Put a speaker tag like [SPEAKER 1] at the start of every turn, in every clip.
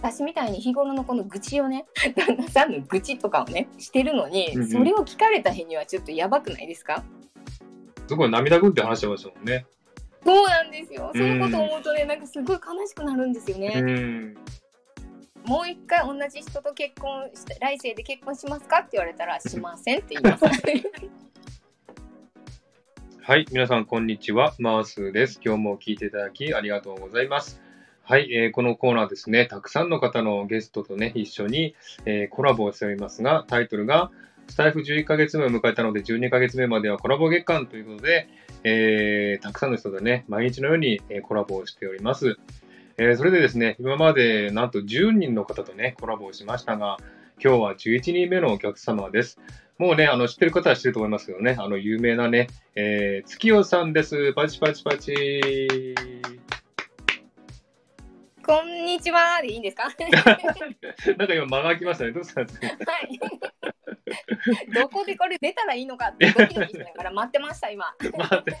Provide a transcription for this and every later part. [SPEAKER 1] 私みたいに日頃のこの愚痴をね 旦那さんの愚痴とかをねしてるのに、
[SPEAKER 2] うんうん
[SPEAKER 1] それを聞かれた日にはちょっとやばくないですか
[SPEAKER 2] すごい涙ぐんで話してましたもんね。
[SPEAKER 1] そうなんですよそういうことを思うとね、なんかすごい悲しくなるんですよね、
[SPEAKER 2] うん。
[SPEAKER 1] もう一回同じ人と結婚して来世で結婚しますかって言われたらしませんって言います
[SPEAKER 2] はい、皆さん、こんにちは。マースーです。今日も聞いていただきありがとうございます。はい、えーこのコーナーですね、たくさんの方のゲストとね、一緒に、えーコラボをしておりますが、タイトルが、スタイフ11ヶ月目を迎えたので、12ヶ月目まではコラボ月間ということで、えーたくさんの人とね、毎日のように、えーコラボをしております。えーそれでですね、今までなんと10人の方とね、コラボをしましたが、今日は11人目のお客様です。もうね、あの、知ってる方は知ってると思いますけどね、あの、有名なね、えー、月夜さんです。パチパチパ チ。
[SPEAKER 1] こんにちはでいいんですか は
[SPEAKER 2] なんか今間が空きましたね。どうしたんですか
[SPEAKER 1] いどこでこれ出たらいいのかってドキドキしながら待ってました今
[SPEAKER 2] 待って。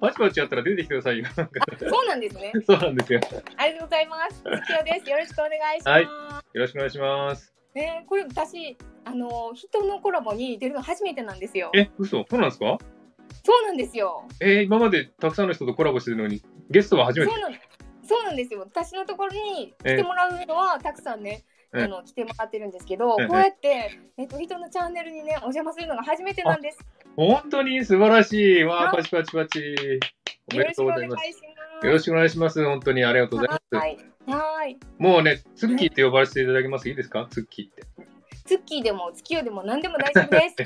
[SPEAKER 2] パチパチやったら出てきてくださいよ。 なんか
[SPEAKER 1] そうなんですね
[SPEAKER 2] そうなんですよ。よ
[SPEAKER 1] ありがとうございます月夜ですよろしくお願いします、
[SPEAKER 2] はいろしくお願いします。
[SPEAKER 1] ねこれ私あの人のコラボに出るの初めてなんですよ
[SPEAKER 2] え、嘘そうなんですか
[SPEAKER 1] そうなんですよ
[SPEAKER 2] えー、今までたくさんの人とコラボしてるのに、ゲストは初
[SPEAKER 1] そう
[SPEAKER 2] めて。
[SPEAKER 1] なんそうなんですよ私のところに来てもらうのはたくさんね
[SPEAKER 2] ええ
[SPEAKER 1] あの来てもらってるんですけど、
[SPEAKER 2] ええ
[SPEAKER 1] こうやって、えっと、人のチャンネルにねお邪魔するのが初めてなんです。
[SPEAKER 2] 本当に素晴らしい。わ
[SPEAKER 1] はい
[SPEAKER 2] ー、パチパチパチ。お
[SPEAKER 1] よ
[SPEAKER 2] め
[SPEAKER 1] ろ
[SPEAKER 2] で
[SPEAKER 1] しく
[SPEAKER 2] と
[SPEAKER 1] お
[SPEAKER 2] うご
[SPEAKER 1] 願
[SPEAKER 2] ざ
[SPEAKER 1] いし
[SPEAKER 2] います。
[SPEAKER 1] ます。
[SPEAKER 2] よろしくお願いします。本当にありがとうございます。
[SPEAKER 1] はい、はい、
[SPEAKER 2] もうね、ツッキーって呼ばせていただきます。いいですかツッキーって。
[SPEAKER 1] ツッキーでも月夜でも何でも大丈夫です。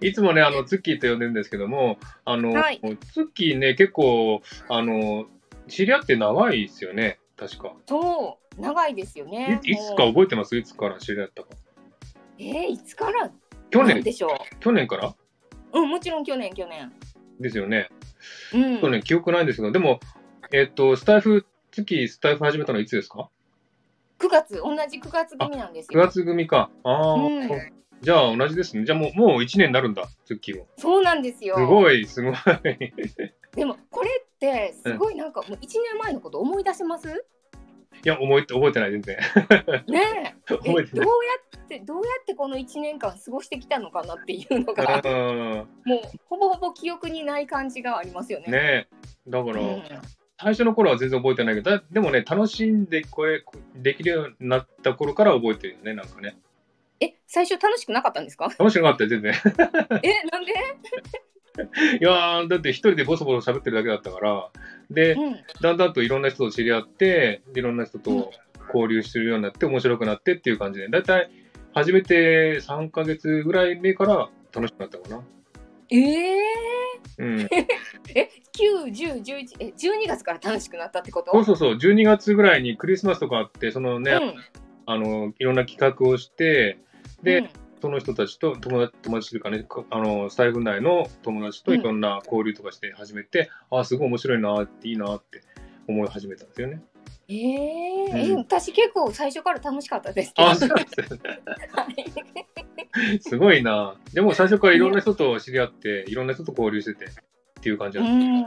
[SPEAKER 2] いつもね、あの、ツッキーと呼んでるんですけども、あの、
[SPEAKER 1] はい
[SPEAKER 2] ツッキーね、結構、あの、知り合って長いですよね、確か。
[SPEAKER 1] そう、長いですよ
[SPEAKER 2] い
[SPEAKER 1] ね。
[SPEAKER 2] いつか
[SPEAKER 1] もう
[SPEAKER 2] 覚えてますいつから知り合ったか。
[SPEAKER 1] えーいつから
[SPEAKER 2] 去
[SPEAKER 1] なん
[SPEAKER 2] 年、
[SPEAKER 1] でしょ
[SPEAKER 2] 去年から
[SPEAKER 1] う。うん、もちろん去年、去年。
[SPEAKER 2] ですよね。
[SPEAKER 1] うん、
[SPEAKER 2] 去年、記憶ないんですけど、でも、えっと、スタイフ、ツッキースタイフ始めたのいつですか
[SPEAKER 1] 9月、同じ9月組なんです
[SPEAKER 2] ?9
[SPEAKER 1] よ。
[SPEAKER 2] 月組か。ああ、
[SPEAKER 1] うん
[SPEAKER 2] じゃあ同じですね。じゃあもう、もう1年になるんだ、ツッキーも。
[SPEAKER 1] そうなんですよ。
[SPEAKER 2] すごい、すごい。
[SPEAKER 1] でも、これって、すごいなんか、もう一年前のこと思い出せます。
[SPEAKER 2] いや、覚えて、覚えてない、全然。
[SPEAKER 1] ねえ。えどう
[SPEAKER 2] 覚
[SPEAKER 1] や
[SPEAKER 2] えてない。
[SPEAKER 1] って、どうやってこの一年間過ごしてきたのかなっていうのが、
[SPEAKER 2] うん
[SPEAKER 1] もうほぼほぼ記憶にない感じがありますよね。
[SPEAKER 2] ねえ。だから、
[SPEAKER 1] うん
[SPEAKER 2] 最初の頃は全然覚えてないけど、だでもね、楽しんでこれできるようになった頃から覚えてるよね、なんかね。
[SPEAKER 1] え、最初楽しくなかったんです か
[SPEAKER 2] 楽しくなかったよ、全然。
[SPEAKER 1] え、なんで、
[SPEAKER 2] いやー、だって一人でボソボソ喋ってるだけだったから、で、
[SPEAKER 1] うん、
[SPEAKER 2] だんだんといろんな人と知り合って、いろんな人と交流するようになって、面白くなってっていう感じで、だいたい初めて3ヶ月ぐらい目から楽しくなったかな。
[SPEAKER 1] え
[SPEAKER 2] うん。
[SPEAKER 1] ー、え、9、10、11、え、12月から楽しくなったってこと
[SPEAKER 2] そうそうそう、12月ぐらいにクリスマスとかあって、そのね、
[SPEAKER 1] うん
[SPEAKER 2] あの、いろんな企画をして、で、
[SPEAKER 1] うん
[SPEAKER 2] その人たちと友達友達というかね、こあのスタイフ内の友達といろんな交流とかして始めて、ああ、すごい面白いなって、いいなって思い始めたんですよね。
[SPEAKER 1] えー
[SPEAKER 2] うん
[SPEAKER 1] え私結構最初から楽しかったですけど
[SPEAKER 2] ああ、そうなんですね すごいな。でも最初からいろんな人と知り合って、いろんな人と交流しててっていう感じ
[SPEAKER 1] う
[SPEAKER 2] だっ
[SPEAKER 1] ん、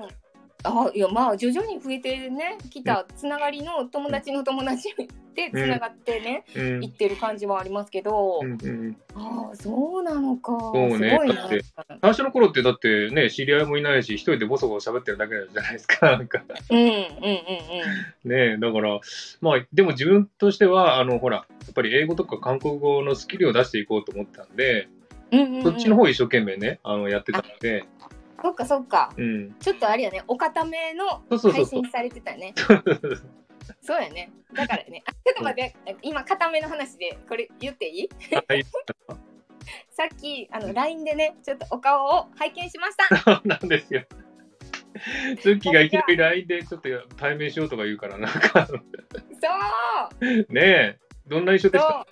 [SPEAKER 1] あいやまあ徐々に増えてねきたつながりの友達の友達でつながってね、
[SPEAKER 2] た。うん
[SPEAKER 1] いってる感じはありますけど、
[SPEAKER 2] うんうん、
[SPEAKER 1] ああそうなのか
[SPEAKER 2] う
[SPEAKER 1] す
[SPEAKER 2] ね
[SPEAKER 1] ごい
[SPEAKER 2] だ
[SPEAKER 1] な
[SPEAKER 2] って最初の頃ってだってね知り合いもいないし一人でボソボソ喋ってるだけじゃないですかなんか
[SPEAKER 1] うんうんうん
[SPEAKER 2] ねえだからまあでも自分としてはあのほらやっぱり英語とか韓国語のスキルを出していこうと思ったんで、
[SPEAKER 1] うんうんうんうん
[SPEAKER 2] そっちの方一生懸命ね、あのやってたので、
[SPEAKER 1] そっかそっか
[SPEAKER 2] うん。
[SPEAKER 1] ちょっとあれやねお固めの
[SPEAKER 2] そうそうそう
[SPEAKER 1] 配
[SPEAKER 2] そう
[SPEAKER 1] 信。されてたねそうやねだからねあちょっと待って今固めの話でこれ言っていい
[SPEAKER 2] はい
[SPEAKER 1] さっきあの LINE でねちょっとお顔を拝見しま した
[SPEAKER 2] そうなんですよ。ツッキーがいきなり LINE でちょっと対面しようとか言うから、なんか
[SPEAKER 1] そう
[SPEAKER 2] ねえ、どんな印象です
[SPEAKER 1] そう
[SPEAKER 2] か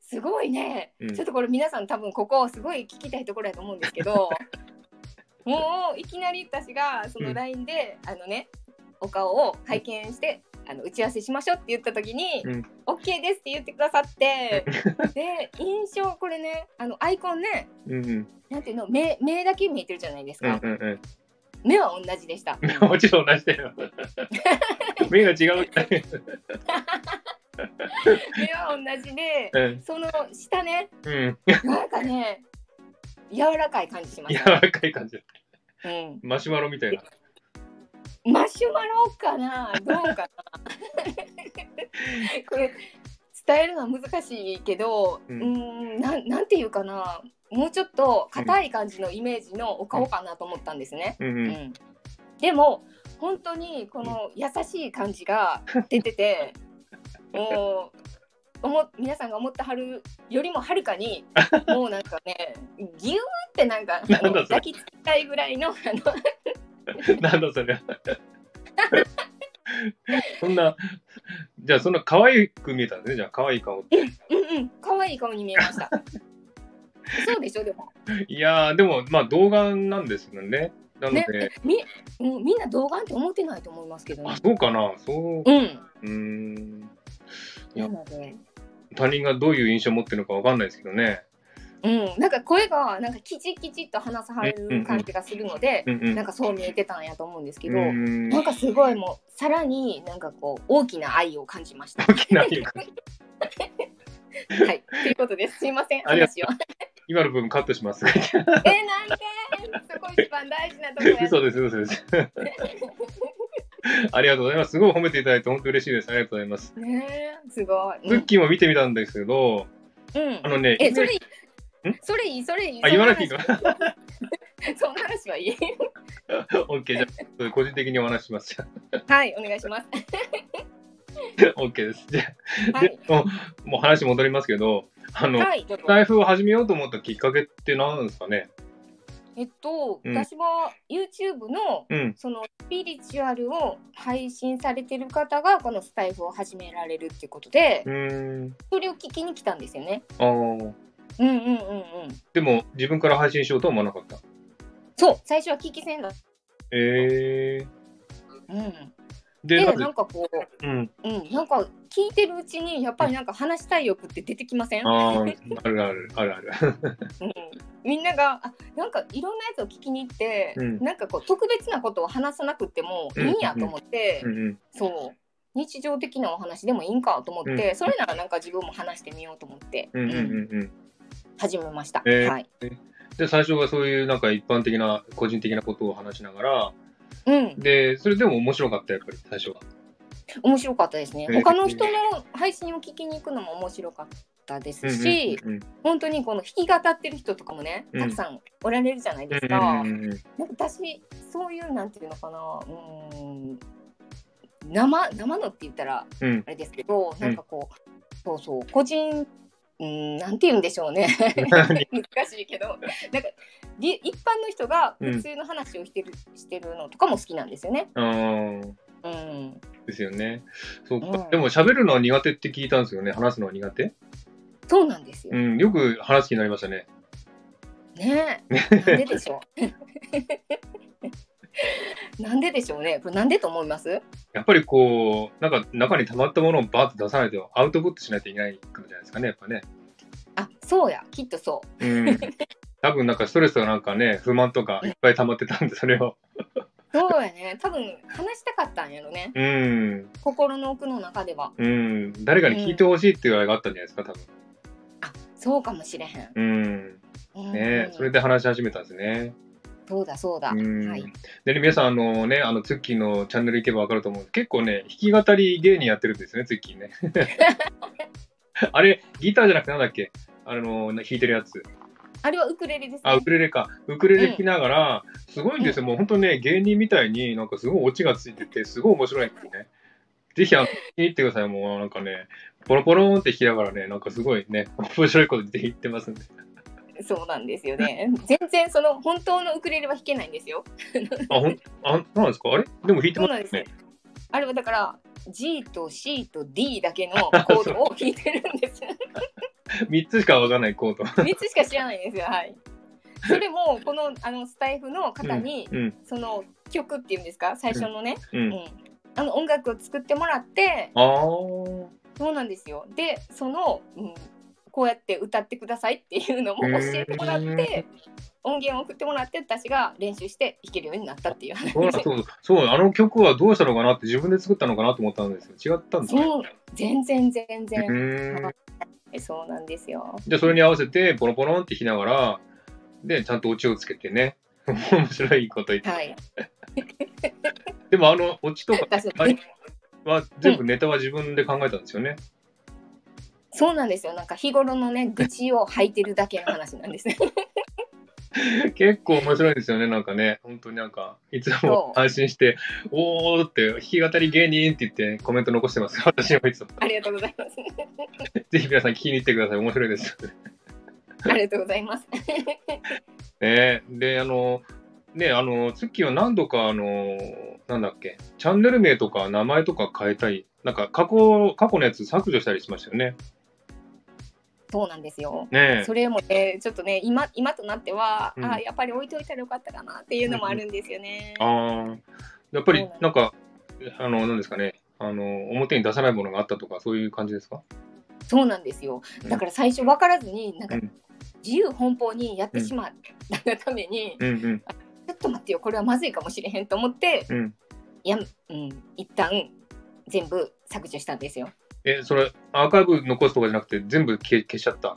[SPEAKER 1] すごいね、
[SPEAKER 2] うん
[SPEAKER 1] ちょっとこれ皆さん多分ここすごい聞きたいところやと思うんですけ どもういきなり私がその LINE で、あのねお顔を拝見して、あの打ち合わせしましょうって言った時に
[SPEAKER 2] うん
[SPEAKER 1] 「OK、です」って言ってくださって で印象これねあのアイコンね
[SPEAKER 2] うんうん
[SPEAKER 1] なんていうの目目だけ見えてるじゃないです
[SPEAKER 2] う
[SPEAKER 1] か、
[SPEAKER 2] んうん
[SPEAKER 1] 目は同じでした。
[SPEAKER 2] うん。もちろん同じだよ。 目が違うからね。
[SPEAKER 1] 目は同じで
[SPEAKER 2] うん
[SPEAKER 1] その下ね
[SPEAKER 2] うん。
[SPEAKER 1] なんかね柔らかい感じしま
[SPEAKER 2] 柔
[SPEAKER 1] す、ね
[SPEAKER 2] らかい感じ。
[SPEAKER 1] う
[SPEAKER 2] マシュマロみたいな。
[SPEAKER 1] ん、マシュマロかなどう かなこれ伝えるのは難しいけど
[SPEAKER 2] う
[SPEAKER 1] うんーんなんなんていうかなもうちょっと硬い感じのイメージのお顔かなと思ったんですね。
[SPEAKER 2] う
[SPEAKER 1] うん
[SPEAKER 2] うん。
[SPEAKER 1] ん、でも本当にこの優しい感じ が出ててもうおも皆さんが思ってはるよりもはるか にもうなんかねギューってなんかあ
[SPEAKER 2] なんだ
[SPEAKER 1] の
[SPEAKER 2] それ
[SPEAKER 1] 抱きつきたいぐらいのあの
[SPEAKER 2] なんだそれ。 そんな、じゃあそんな可愛く見えたんですね。じゃあ可愛い顔って。
[SPEAKER 1] うんうん可愛い顔に見えました そうでしょでも
[SPEAKER 2] いやー、でもまあ童顔なんですよね。なので、
[SPEAKER 1] ねみもうみんな童顔って思ってないと思いますけど
[SPEAKER 2] あ、
[SPEAKER 1] ね
[SPEAKER 2] そうかな。そう
[SPEAKER 1] うん。
[SPEAKER 2] うーん。いや
[SPEAKER 1] なので
[SPEAKER 2] 他人がどういう印象を持ってるのかわかんないですけどね。
[SPEAKER 1] うんなんか声がなんかキチキチっと話さはる感じがするので、
[SPEAKER 2] うんうん。
[SPEAKER 1] なんかそう見えてたんやと思うんですけど、
[SPEAKER 2] うーん
[SPEAKER 1] なんかすごいもうさらになんかこう大きな愛を感じました。は
[SPEAKER 2] 大きな愛を感
[SPEAKER 1] い、ということです。すいません、
[SPEAKER 2] ありがと
[SPEAKER 1] 話を。
[SPEAKER 2] 今の部分カット します。
[SPEAKER 1] えー、なんで、そこ一番大事なとこや。
[SPEAKER 2] 嘘です、嘘です。 ありがとうございます。すごい褒めていただいて、本当嬉しいです。ありがとうございます。
[SPEAKER 1] ねえ、すごい。
[SPEAKER 2] クッキーも見てみたんですけど、
[SPEAKER 1] うん、うん
[SPEAKER 2] あのね、
[SPEAKER 1] え、それいい
[SPEAKER 2] ん。
[SPEAKER 1] それいい、それいい。
[SPEAKER 2] あ、言わなくていい
[SPEAKER 1] そ
[SPEAKER 2] か
[SPEAKER 1] の
[SPEAKER 2] な。
[SPEAKER 1] 話。 その話はいい。
[SPEAKER 2] OK、じゃあ、それ個人的にお話しします。
[SPEAKER 1] はい、お願いします。
[SPEAKER 2] OK です。じゃあ、
[SPEAKER 1] はい
[SPEAKER 2] で。もうもう話戻りますけど、あの、
[SPEAKER 1] はい、どうぞ
[SPEAKER 2] 財布を始めようと思ったきっかけって何ですかね
[SPEAKER 1] えっと、
[SPEAKER 2] うん
[SPEAKER 1] 私は YouTube の
[SPEAKER 2] うん。
[SPEAKER 1] そのスピリチュアルを配信されてる方がこのスタイフを始められるっていうことで
[SPEAKER 2] うーん。
[SPEAKER 1] それを聞きに来たんですよね。
[SPEAKER 2] ああ。
[SPEAKER 1] うんうんうんうん。
[SPEAKER 2] でも、自分から配信しようとは思わなかった。
[SPEAKER 1] そう、最初は聞き戦だ。
[SPEAKER 2] ええ
[SPEAKER 1] うん。
[SPEAKER 2] ー。
[SPEAKER 1] で、
[SPEAKER 2] で、
[SPEAKER 1] な
[SPEAKER 2] な
[SPEAKER 1] ん
[SPEAKER 2] で
[SPEAKER 1] んかこう、
[SPEAKER 2] うん。
[SPEAKER 1] うん、なんか聞いてるうちに、やっぱりなんか話したい欲って出てきません。うん、
[SPEAKER 2] ああ、あるある、あるある。
[SPEAKER 1] みんなが、あ、なんかいろんなやつを聞きに行って、
[SPEAKER 2] うん
[SPEAKER 1] なんかこう特別なことを話さなくてもいいんやと思って。
[SPEAKER 2] うんうん。
[SPEAKER 1] そう。日常的なお話でもいいんかと思って、
[SPEAKER 2] うん
[SPEAKER 1] それならなんか自分も話してみようと思って、
[SPEAKER 2] うんうん
[SPEAKER 1] うん
[SPEAKER 2] うんうん。
[SPEAKER 1] 始めました。
[SPEAKER 2] えー
[SPEAKER 1] はい。
[SPEAKER 2] で最初はそういうなんか一般的な個人的なことを話しながら
[SPEAKER 1] うん、
[SPEAKER 2] でそれでも面白かったやっぱり最初は
[SPEAKER 1] 面白かったですね
[SPEAKER 2] え。ー
[SPEAKER 1] 他の人の配信を聞きに行くのも面白かったですし、
[SPEAKER 2] うん
[SPEAKER 1] 本当にこの弾き語ってる人とかもね、
[SPEAKER 2] うん
[SPEAKER 1] たくさんおられるじゃないです
[SPEAKER 2] う
[SPEAKER 1] か。
[SPEAKER 2] んうんうんうん
[SPEAKER 1] なんか私そういうなんていうのかな、うーん、生生のって言ったら
[SPEAKER 2] うん
[SPEAKER 1] あれですけど、なんかこう、そうそう個人うん、なんて言うんでしょうね
[SPEAKER 2] 何
[SPEAKER 1] 難しいけどなんかり一般の人が普通の話をしてる,、してるのとかも好きなんですよね。
[SPEAKER 2] あー
[SPEAKER 1] うん、
[SPEAKER 2] ですよねそうか、
[SPEAKER 1] うん
[SPEAKER 2] でも喋るのは苦手って聞いたんですよね話すのは苦手
[SPEAKER 1] そうなんですよ
[SPEAKER 2] う。んよく話す気になりましたね
[SPEAKER 1] ねえ、なんででしょう。 なんででしょうね。これなんでと思います？
[SPEAKER 2] やっぱりこうなんか中に溜まったものをバーッと出さないとアウトプットしないといけないからじゃないですかねやっぱね
[SPEAKER 1] あ、そうや、きっとそ
[SPEAKER 2] うん多分なんかストレスとかなんかね不満とかいっぱい溜まってたんでそれを
[SPEAKER 1] う。そうやね。多分話したかったんやろね。
[SPEAKER 2] うん
[SPEAKER 1] 心の奥の中では。
[SPEAKER 2] うん誰かに聞いてほしいっていうあれがあったんじゃないですか多分
[SPEAKER 1] あ、そうかもしれへん。
[SPEAKER 2] うん
[SPEAKER 1] うん
[SPEAKER 2] ね、それで話し始めたんですね。
[SPEAKER 1] そうだそうだ。は
[SPEAKER 2] うん
[SPEAKER 1] い。
[SPEAKER 2] でね、皆さん、あのね、あの、ツッキーのチャンネル行けばわかると思うんです結構ね、弾き語り芸人やってるんですよね、ツッキーね。 あれ、ギターじゃなくてなんだっけあの、弾いてるやつ。
[SPEAKER 1] あれはウクレレです
[SPEAKER 2] あ、
[SPEAKER 1] ね
[SPEAKER 2] ウ。クレレか。ウクレレ弾きながら、すごいんですよ。もう本当ね、芸人みたいになんかすごいオチがついてて、すごい面白いんですね。ぜひ、あの、聞きに行ってください。もうなんかね、ポロポロンって弾きながらね、なんかすごいね、面白いこと言ってますんで。
[SPEAKER 1] そうなんですよね。全然その本当のウクレレは弾けないんですよ。
[SPEAKER 2] あ、ほん、あ、そうなんですかあれでも弾いて
[SPEAKER 1] そう
[SPEAKER 2] ま
[SPEAKER 1] なんですすよ
[SPEAKER 2] ね。。
[SPEAKER 1] あれはだから G と C と D だけの コードを弾いてるんです。
[SPEAKER 2] 3つしかわかんないコード。
[SPEAKER 1] 3つしか知らないんですよ。はい。それもこのあのスタイフの方に、
[SPEAKER 2] うん
[SPEAKER 1] その曲っていうんですか最初のね、
[SPEAKER 2] う
[SPEAKER 1] うんんあの音楽を作ってもらって
[SPEAKER 2] ああ、
[SPEAKER 1] そうなんですよでその、うん、こうやって歌ってくださいっていうのも教えてもらって音源を送ってもらって私が練習して弾けるようになったっていう話
[SPEAKER 2] そうなんそうそうあの曲はどうしたのかなって自分で作ったのかなと思ったんですけど違ったんですね
[SPEAKER 1] そう 全然全
[SPEAKER 2] う
[SPEAKER 1] 然
[SPEAKER 2] ーん
[SPEAKER 1] そうなんですよ
[SPEAKER 2] じゃあそれに合わせてポロポロンって弾きながらでちゃんとオチをつけてね 面白いこと言って、
[SPEAKER 1] はい
[SPEAKER 2] でもあのオチとか
[SPEAKER 1] 私
[SPEAKER 2] はいは全部ネタは自分で考えたんですよね、
[SPEAKER 1] そうなんですよなんか日頃のね愚痴を吐いてるだけの話なんですね
[SPEAKER 2] 結構面白いですよねなんかね本当になんかいつも
[SPEAKER 1] そう
[SPEAKER 2] 安心して「おー」って弾き語り芸人って言ってコメント残してます私もいつも
[SPEAKER 1] ありがとうござい ます
[SPEAKER 2] ぜひ皆さん聞きに行ってください面白いです
[SPEAKER 1] ありがとうございます
[SPEAKER 2] ねで、あの、ね、あの、ツッキーは何度か、あの、なんだっけ、チャンネル名とか名前とか変えたり、なんか過去、過去のやつ削除したりしましたよね。
[SPEAKER 1] そうなんですよ
[SPEAKER 2] ね
[SPEAKER 1] それもねちょっとね今今となっては、
[SPEAKER 2] うん
[SPEAKER 1] あやっぱり置いといたらよかったかなっていうのもあるんですよね。
[SPEAKER 2] ああ、やっぱり、なんか、あの、なんですかね、あの、表に出さないものがあったとか、そういう感じですか
[SPEAKER 1] そうなんですよ
[SPEAKER 2] うん
[SPEAKER 1] だから最初分からずになんか
[SPEAKER 2] うん
[SPEAKER 1] 自由奔放にやってしまったがために、
[SPEAKER 2] うんうん。
[SPEAKER 1] ちょっと待ってよこれはまずいかもしれへんと思って
[SPEAKER 2] うん。
[SPEAKER 1] や、うん、一旦全部削除したんですよ。
[SPEAKER 2] え、それ、アーカイブ残すとかじゃなくて、全部消消しちゃった。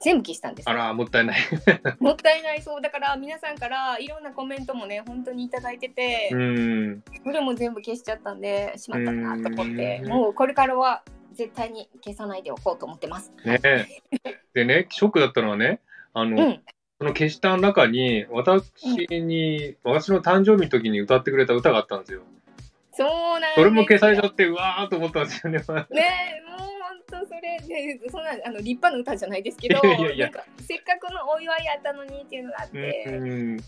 [SPEAKER 1] 全部消したんです
[SPEAKER 2] あら、もった いない。
[SPEAKER 1] もったいないそうだから皆さんからいろんなコメントもね本当にいただいてて、
[SPEAKER 2] うん。
[SPEAKER 1] どれも全部消しちゃったんでしまったなと思って
[SPEAKER 2] うん
[SPEAKER 1] もうこれからは絶対に消さないでおこうと思ってます。
[SPEAKER 2] ねでね、ショックだったのはね、あの、
[SPEAKER 1] うん
[SPEAKER 2] その消した中に、私に、私の誕生日の時に歌ってくれた歌があったんですよ。
[SPEAKER 1] そうなんです
[SPEAKER 2] それも消されちゃって、うわーと思ったんですよね。
[SPEAKER 1] ねえもう本当それねそんなあの立派な歌じゃないですけど
[SPEAKER 2] いやいやいや
[SPEAKER 1] なんかせっかくのお祝いやったのにっていうのがあっ
[SPEAKER 2] う
[SPEAKER 1] て、
[SPEAKER 2] ん、ね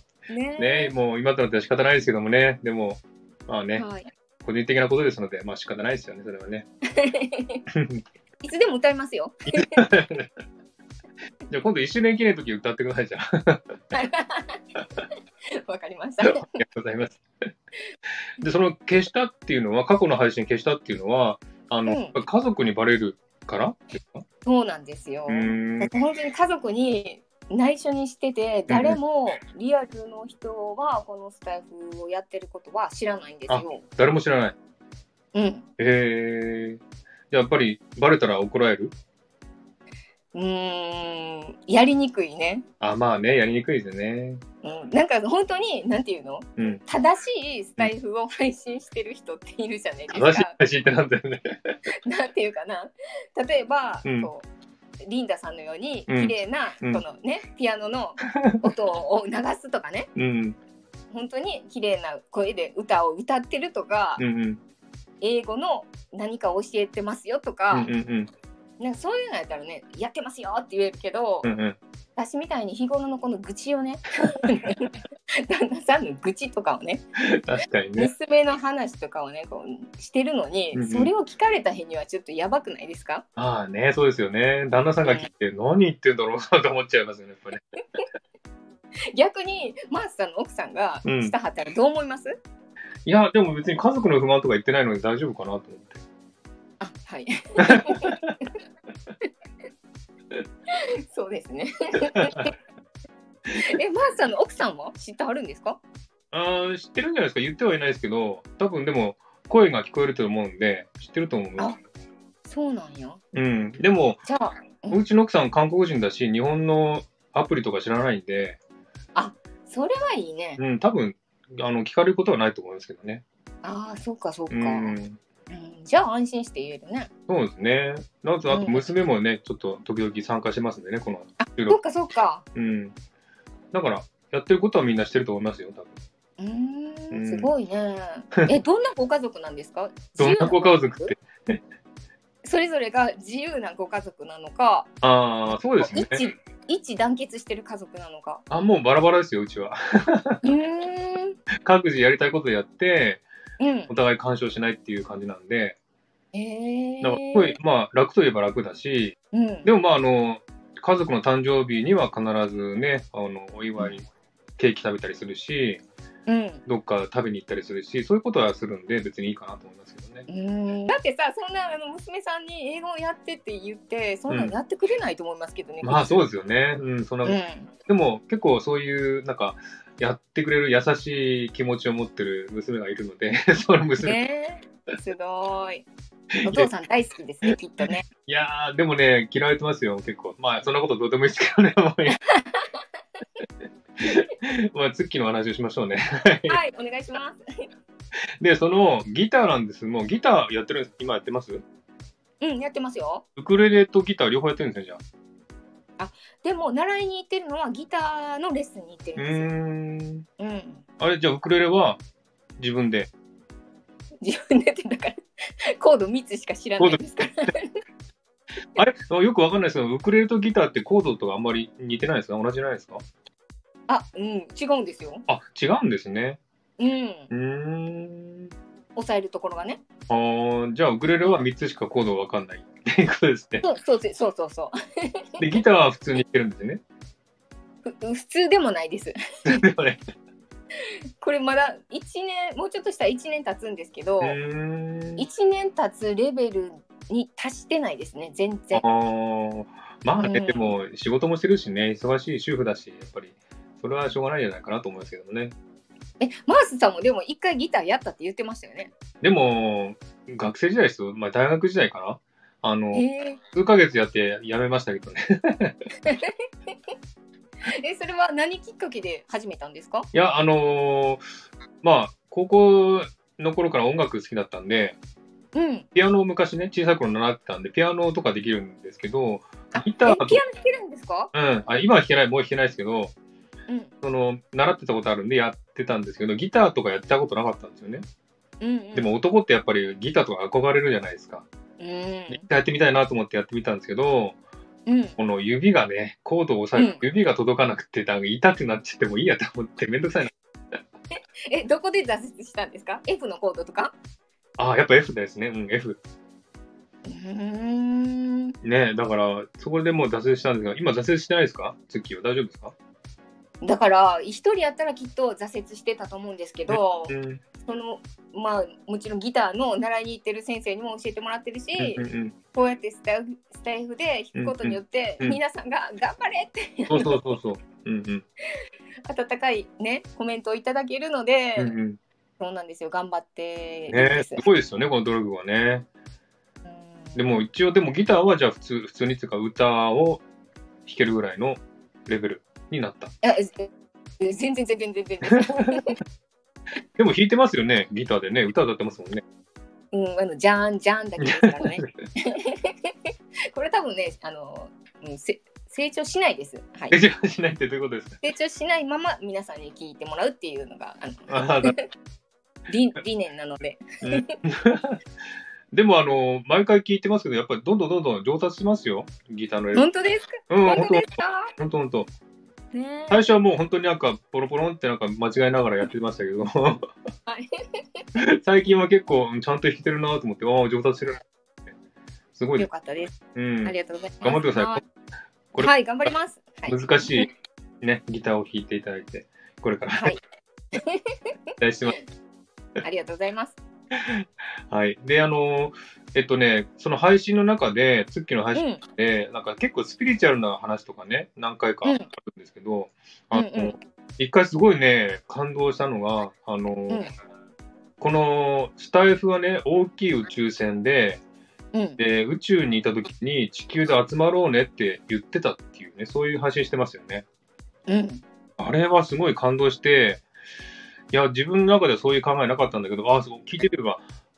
[SPEAKER 1] ねえ
[SPEAKER 2] もう今となっては仕方ないですけどもね、でも、まあね、
[SPEAKER 1] はい、
[SPEAKER 2] 個人的なことですので、まあ仕方ないですよね、それはね。
[SPEAKER 1] いつでも歌いますよ。
[SPEAKER 2] じゃあ今度1周年記念の時歌ってください、じゃあ。
[SPEAKER 1] わかりまし
[SPEAKER 2] あ
[SPEAKER 1] た。
[SPEAKER 2] りがとうございます。で、その消したっていうのは、過去の配信消したっていうのは、あの、
[SPEAKER 1] うん
[SPEAKER 2] やっぱり家族にバレるからですか
[SPEAKER 1] そうなんですよ。
[SPEAKER 2] うーん。
[SPEAKER 1] 本当に家族に内緒にしてて誰もリアルの人はこのスタイフをやってることは知らないんですよ。
[SPEAKER 2] 誰も知らない。
[SPEAKER 1] うん、
[SPEAKER 2] えー、じゃあやっぱりバレたら怒られる
[SPEAKER 1] うーんやりにくいね。
[SPEAKER 2] あ、まあね、やりにくいですよね。
[SPEAKER 1] うん、なんか本当になんていうの
[SPEAKER 2] うん。
[SPEAKER 1] 正しいスタイフを配信してる人っているじゃないです
[SPEAKER 2] 正しい
[SPEAKER 1] か。
[SPEAKER 2] 配信ってなんだよね。
[SPEAKER 1] なんていうかな例えば、
[SPEAKER 2] うん
[SPEAKER 1] こうリンダさんのように
[SPEAKER 2] う
[SPEAKER 1] 綺
[SPEAKER 2] ん
[SPEAKER 1] 麗な、
[SPEAKER 2] うん
[SPEAKER 1] このねピアノの音を流すとかね
[SPEAKER 2] うん。
[SPEAKER 1] 本当に綺麗な声で歌を歌ってるとか、
[SPEAKER 2] うんうん。
[SPEAKER 1] 英語の何かを教えてますよとか,、
[SPEAKER 2] うんうん
[SPEAKER 1] なんかそういうのやったらねやってますよって言えるけど、
[SPEAKER 2] うん。うんうん。
[SPEAKER 1] 私みたいに日頃のこの愚痴 をね旦那さんの愚痴とかをね
[SPEAKER 2] 確かにね。
[SPEAKER 1] 娘の話とかをねこうしてるのに、
[SPEAKER 2] うんうん
[SPEAKER 1] それを聞かれた日にはちょっとやばくないですか
[SPEAKER 2] ああね、そうですよね。旦那さんが聞いて、何言ってんだろうなと思っちゃいますよね、やっぱり。
[SPEAKER 1] 逆にマースさんの奥さんが
[SPEAKER 2] うん
[SPEAKER 1] したはったらどう思います、
[SPEAKER 2] いや、でも別に家族の不満とか言ってないので大丈夫かなと思って。
[SPEAKER 1] あはい そうですねえマースさんの奥さんは知ってはるんですか
[SPEAKER 2] ああ、知ってるんじゃないですか。言ってはいないですけど、多分でも、声が聞こえると思うんで、知ってると思う。
[SPEAKER 1] あそうなんや
[SPEAKER 2] うん。でも、
[SPEAKER 1] じゃあ
[SPEAKER 2] うちの奥さん韓国人だし、日本のアプリとか知らないんで、
[SPEAKER 1] それはいいね、
[SPEAKER 2] うん、多分あの聞かれることはないと思いますけどね。
[SPEAKER 1] ああそうかそうか、
[SPEAKER 2] う
[SPEAKER 1] うん
[SPEAKER 2] ん、
[SPEAKER 1] じゃあ安心して言えるね
[SPEAKER 2] そうですね。なおかつあと
[SPEAKER 1] うん
[SPEAKER 2] 娘もね、ちょっと時々参加してますんでね、この
[SPEAKER 1] そ
[SPEAKER 2] 収
[SPEAKER 1] う
[SPEAKER 2] 録。
[SPEAKER 1] かそうか
[SPEAKER 2] うん、だから、やってることはみんなしてると思いますよ、多分。
[SPEAKER 1] うー
[SPEAKER 2] うん
[SPEAKER 1] んすごいねえどんなご家族なんですか
[SPEAKER 2] どんなご家族って。
[SPEAKER 1] それぞれが自由なご家族なのか
[SPEAKER 2] ああ、そうですね。
[SPEAKER 1] 一一致団結してる家族なのか。
[SPEAKER 2] あ、もうバラバラですよ、うちは。
[SPEAKER 1] うーん。
[SPEAKER 2] 各自やりたいことやって、
[SPEAKER 1] うん
[SPEAKER 2] お。互い干渉しないっていう感じなんで、
[SPEAKER 1] へえ。
[SPEAKER 2] だからすごい、まあ、楽といえば楽だし、
[SPEAKER 1] うん。
[SPEAKER 2] でもまあ、あの、家族の誕生日には必ずね、あの、お祝いケーキ食べたりするし、
[SPEAKER 1] うん
[SPEAKER 2] どっか食べに行ったりするし、そういうことはするんで、別にいいかなと思いますけどね。
[SPEAKER 1] うんだってさそんなあの娘さんに英語をやってって言ってそんなのやってくれないと思いますけどね、
[SPEAKER 2] まあそう
[SPEAKER 1] う
[SPEAKER 2] ですよね。うん、そんな、
[SPEAKER 1] うん
[SPEAKER 2] でも結構そういう、なんか、やってくれる優しい気持ちを持ってる娘がいるので、 その娘、
[SPEAKER 1] ねすごいお父さん大好きですねきっと ね
[SPEAKER 2] いやー、でもね、嫌われてますよ、結構。まあ、そんなことどうでもいいですけどね、 もういいまあ、ツッキーの話をしましょうね。
[SPEAKER 1] はいお願いします
[SPEAKER 2] で、そのギターなんです。もうギターやってるんです。今やってます
[SPEAKER 1] うんやってますよ
[SPEAKER 2] ウクレレとギター両方やってるんですね、じゃあ。
[SPEAKER 1] でも習いに行ってるのはギターのレッスンに行って
[SPEAKER 2] う
[SPEAKER 1] るんで
[SPEAKER 2] ーん。
[SPEAKER 1] すようん
[SPEAKER 2] あれ、じゃあウクレレは自分で。
[SPEAKER 1] 自分でってだからコード3つしか知らないですから
[SPEAKER 2] あれあよくわかんないですけど、ウクレレとギターってコードとかあんまり似てないですか同じじゃないですか
[SPEAKER 1] あうん違うんですよ
[SPEAKER 2] あ、違うんですね。
[SPEAKER 1] うん
[SPEAKER 2] うーん。
[SPEAKER 1] 押さえるところがね
[SPEAKER 2] あーじゃあウクレレは3つしかコードわかんないっていうことですね。
[SPEAKER 1] そうそうそうそうそうそう
[SPEAKER 2] で、ギターは普通に弾けるんですね。
[SPEAKER 1] ふ普通でもないです
[SPEAKER 2] でもね
[SPEAKER 1] これまだ1年もうちょっとしたら1年経つんですけど
[SPEAKER 2] うーん
[SPEAKER 1] 1年経つレベルに達してないですね全然
[SPEAKER 2] あーまあね、
[SPEAKER 1] うん
[SPEAKER 2] でも仕事もしてるしね、忙しい主婦だし、やっぱり、それはしょうがないんじゃないかなと思いますけどね。
[SPEAKER 1] えマースさんもでも一回ギターやったって言ってましたよね
[SPEAKER 2] でも、学生時代ですよ、まあ、大学時代かな、あの、
[SPEAKER 1] え
[SPEAKER 2] 数ヶ月やってやめましたけどね。
[SPEAKER 1] えそれは何きっかけで始めたんですか
[SPEAKER 2] いや、あのーまあ、高校の頃から音楽好きだったんで、
[SPEAKER 1] うん
[SPEAKER 2] ピアノを昔ね、小さい頃習ってたんで、ピアノとかできるんですけど、
[SPEAKER 1] あ
[SPEAKER 2] ギ
[SPEAKER 1] えピ
[SPEAKER 2] タ
[SPEAKER 1] アノ
[SPEAKER 2] ー
[SPEAKER 1] 弾
[SPEAKER 2] と
[SPEAKER 1] けるんですか
[SPEAKER 2] うん、あ今は弾けない、もう弾けないですけど、
[SPEAKER 1] うん
[SPEAKER 2] その、習ってたことあるんでやってたんですけど、ギターとかやったことなかったんですよね。
[SPEAKER 1] うんうん
[SPEAKER 2] でも男ってやっぱりギターとか憧れるじゃないですか。
[SPEAKER 1] う
[SPEAKER 2] 一
[SPEAKER 1] ん
[SPEAKER 2] 回やってみたいなと思ってやってみたんですけど、
[SPEAKER 1] うん
[SPEAKER 2] この指がね、コードを押さえ
[SPEAKER 1] うん
[SPEAKER 2] る指が届かなくて、なんか痛くなっちゃってもういいやと思ってめんどくさいな。
[SPEAKER 1] えどこで挫折したんですか F のコードとか
[SPEAKER 2] ああ、やっぱ F ですね。うん、F。
[SPEAKER 1] うん
[SPEAKER 2] ねだから、そこでもう挫折したんですが、今挫折してないですかツッキーは大丈夫ですか
[SPEAKER 1] だから一人やったらきっと挫折してたと思うんですけど
[SPEAKER 2] うん。うん
[SPEAKER 1] そのまあもちろんギターの習いに行ってる先生にも教えてもらってるし、
[SPEAKER 2] うんうん
[SPEAKER 1] こうやってスタイフスタイフで弾くことによって、
[SPEAKER 2] うんうん
[SPEAKER 1] 皆さんが頑張れって
[SPEAKER 2] そうそうそうそう。うんうん。
[SPEAKER 1] 温かいねコメントをいただけるので、
[SPEAKER 2] うんうん。
[SPEAKER 1] そうなんですよ頑張ってるん
[SPEAKER 2] ね
[SPEAKER 1] です
[SPEAKER 2] す、ごいですよね、この努力はね。
[SPEAKER 1] うん
[SPEAKER 2] でも一応、でもギターはじゃあ普通、普通にっていうか歌を弾けるぐらいのレベルになった。
[SPEAKER 1] あええ全然全然全然
[SPEAKER 2] でも弾いてますよね、ギターでね、歌歌ってますもんね。
[SPEAKER 1] うんあのジャーンジャーンだけですから ねこれ多分ねあの、うん、せ成長しないですはい
[SPEAKER 2] え、じゃあしないってどういうことですか
[SPEAKER 1] 成長しないまま皆さんに聞いてもらうっていうのがあの
[SPEAKER 2] あーなる
[SPEAKER 1] 理理念なので
[SPEAKER 2] うんでも、あの、毎回聞いてますけど、やっぱりどんどんどんどん上達しますよ、ギターの絵。
[SPEAKER 1] 本当ですか
[SPEAKER 2] うん、
[SPEAKER 1] 本
[SPEAKER 2] 本
[SPEAKER 1] 当
[SPEAKER 2] 当
[SPEAKER 1] ですか
[SPEAKER 2] 本当本当
[SPEAKER 1] ねえ
[SPEAKER 2] 最初はもう本当になんか、ポロポロンってなんか間違えながらやってましたけど、
[SPEAKER 1] はい
[SPEAKER 2] 最近は結構、うんちゃんと弾けてるなと思って、ああ、上達してるなって。すごいで
[SPEAKER 1] よ
[SPEAKER 2] す。
[SPEAKER 1] かったです
[SPEAKER 2] うん
[SPEAKER 1] あ。りがとうございます
[SPEAKER 2] 頑張ってください
[SPEAKER 1] はい
[SPEAKER 2] これ
[SPEAKER 1] はい頑張りますはい
[SPEAKER 2] 難しい、ね、ギターを弾いていただいて、これから
[SPEAKER 1] はい
[SPEAKER 2] 期待してます。
[SPEAKER 1] ありがとうございます
[SPEAKER 2] はい。で、あの、えっとね、その配信の中で、ツッキーの配
[SPEAKER 1] う
[SPEAKER 2] 信
[SPEAKER 1] ん
[SPEAKER 2] で、なんか結構スピリチュアルな話とかね、何回かあ
[SPEAKER 1] うん
[SPEAKER 2] るんですけど、あの、
[SPEAKER 1] うんうん
[SPEAKER 2] 一回すごいね、感動したのが、あの、
[SPEAKER 1] ん
[SPEAKER 2] このスタイフがね、大きい宇宙船で、
[SPEAKER 1] うん
[SPEAKER 2] で、宇宙にいた時に地球で集まろうねって言ってたっていうね、そういう配信してますよね。
[SPEAKER 1] うん
[SPEAKER 2] あれはすごい感動して、いや、自分の中ではそういう考えなかったんだけど、ああ、そう聞いてみれば、